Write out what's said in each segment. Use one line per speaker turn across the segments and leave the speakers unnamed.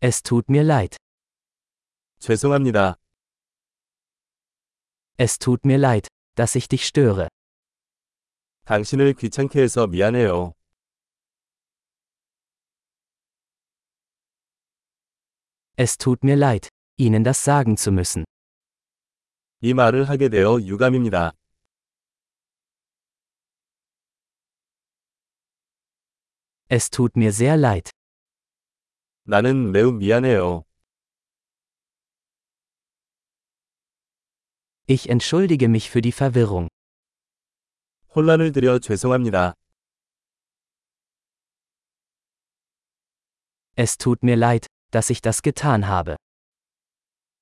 Es tut mir leid.
죄송합니다.
Es tut mir leid, dass ich dich störe.
당신을 귀찮게 해서 미안해요.
Es tut mir leid, Ihnen das sagen zu müssen.
이 말을 하게 되어 유감입니다.
Es tut mir sehr leid.
나는 매우 미안해요.
Ich entschuldige mich für die Verwirrung.
혼란을 드려 죄송합니다.
Es tut mir leid, dass ich das getan habe.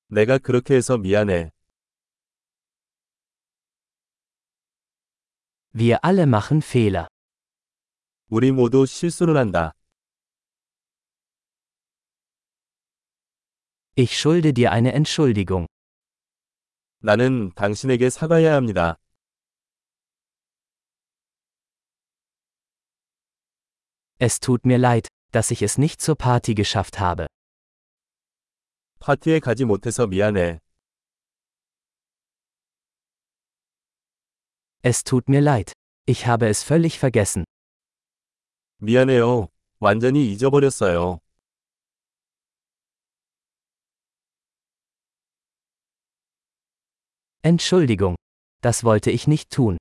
내가 그렇게 해서 미안해.
Wir alle machen Fehler.
우리 모두 실수를 한다.
Ich schulde dir eine Entschuldigung.
나는 당신에게 사과해야 합니다.
Es tut mir leid, dass ich es nicht zur Party geschafft habe.
파티에 가지 못해서 미안해.
Es tut mir leid. Ich habe es völlig vergessen.
미안해요. 완전히 잊어버렸어요.
Entschuldigung. Das wollte ich nicht tun.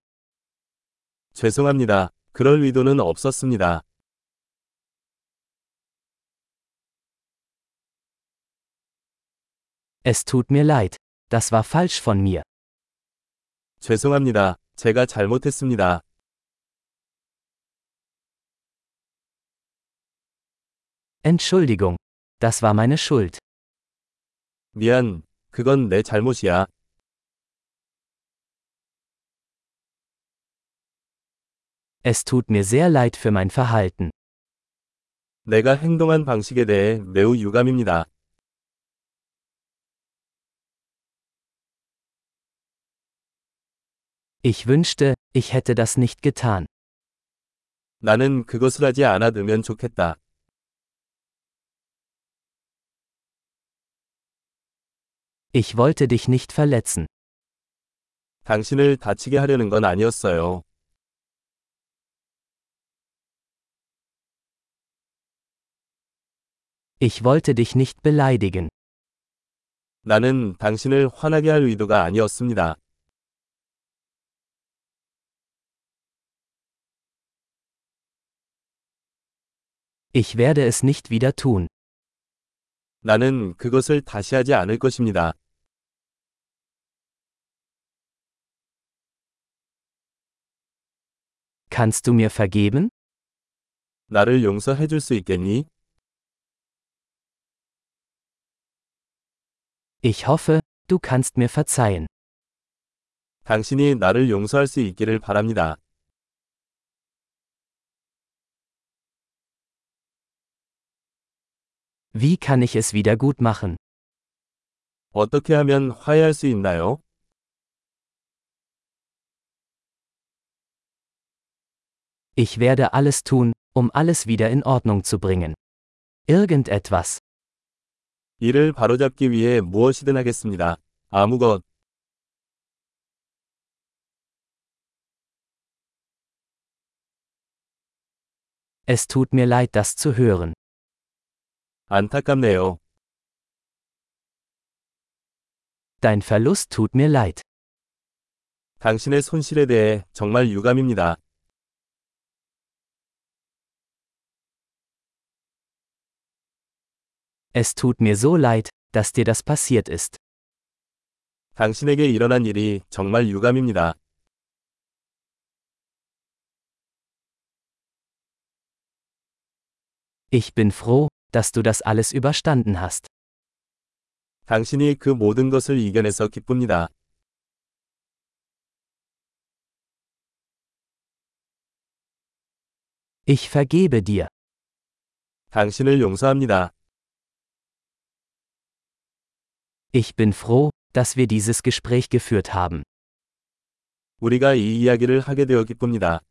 죄송합니다. 그럴 의도는 없었습니다.
Es tut mir leid. Das war falsch von mir.
죄송합니다. 제가 잘못했습니다.
Entschuldigung. Das war meine Schuld.
미안. 그건 내 잘못이야.
Es tut mir sehr leid für mein Verhalten.
내가 행동한 방식에 대해 매우 유감입니다.
Ich wünschte, ich hätte das nicht getan.
나는 그것을 하지 않아두면 좋겠다.
Ich wollte dich nicht verletzen.
당신을 다치게 하려는 건 아니었어요.
Ich wollte dich nicht beleidigen.
나는 당신을 화나게 할 의도가 아니었습니다.
Ich werde es nicht wieder tun.
나는 그것을 다시 하지 않을 것입니다.
Kannst du mir vergeben?
나를 용서해 줄 수 있겠니?
Ich hoffe, du kannst mir verzeihen.
당신이 나를 용서할 수 있기를 바랍니다.
Wie kann ich es wieder gut machen?
어떻게 하면 화해할 수 있나요?
Ich werde alles tun, um alles wieder in Ordnung zu bringen. Irgendetwas.
이를 바로잡기 위해 무엇이든 하겠습니다. 아무것.
Es tut mir leid, das zu hören.
안타깝네요.
Dein Verlust tut mir leid.
당신의 손실에 대해 정말 유감입니다.
Es tut mir so leid, dass dir das passiert ist.
당신에게 일어난 일이 정말 유감입니다.
Ich bin froh, dass du das alles überstanden hast.
당신이 그 모든 것을 이겨내서 기쁩니다.
Ich vergebe dir.
당신을 용서합니다.
Ich bin froh, dass wir dieses Gespräch geführt haben.
우리가 이 이야기를 하게 되어 기쁩니다.